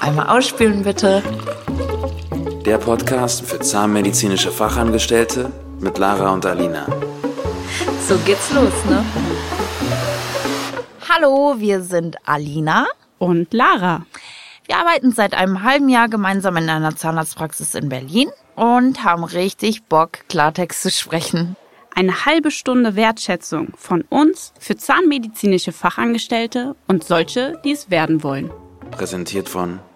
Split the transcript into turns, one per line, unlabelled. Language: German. Einmal ausspülen bitte.
Der Podcast für zahnmedizinische Fachangestellte mit Lara und Alina.
So geht's los, ne? Hallo, wir sind Alina.
Und Lara.
Wir arbeiten seit einem halben Jahr gemeinsam in einer Zahnarztpraxis in Berlin und haben richtig Bock, Klartext zu sprechen.
Eine halbe Stunde Wertschätzung von uns für zahnmedizinische Fachangestellte und solche, die es werden wollen.
Präsentiert von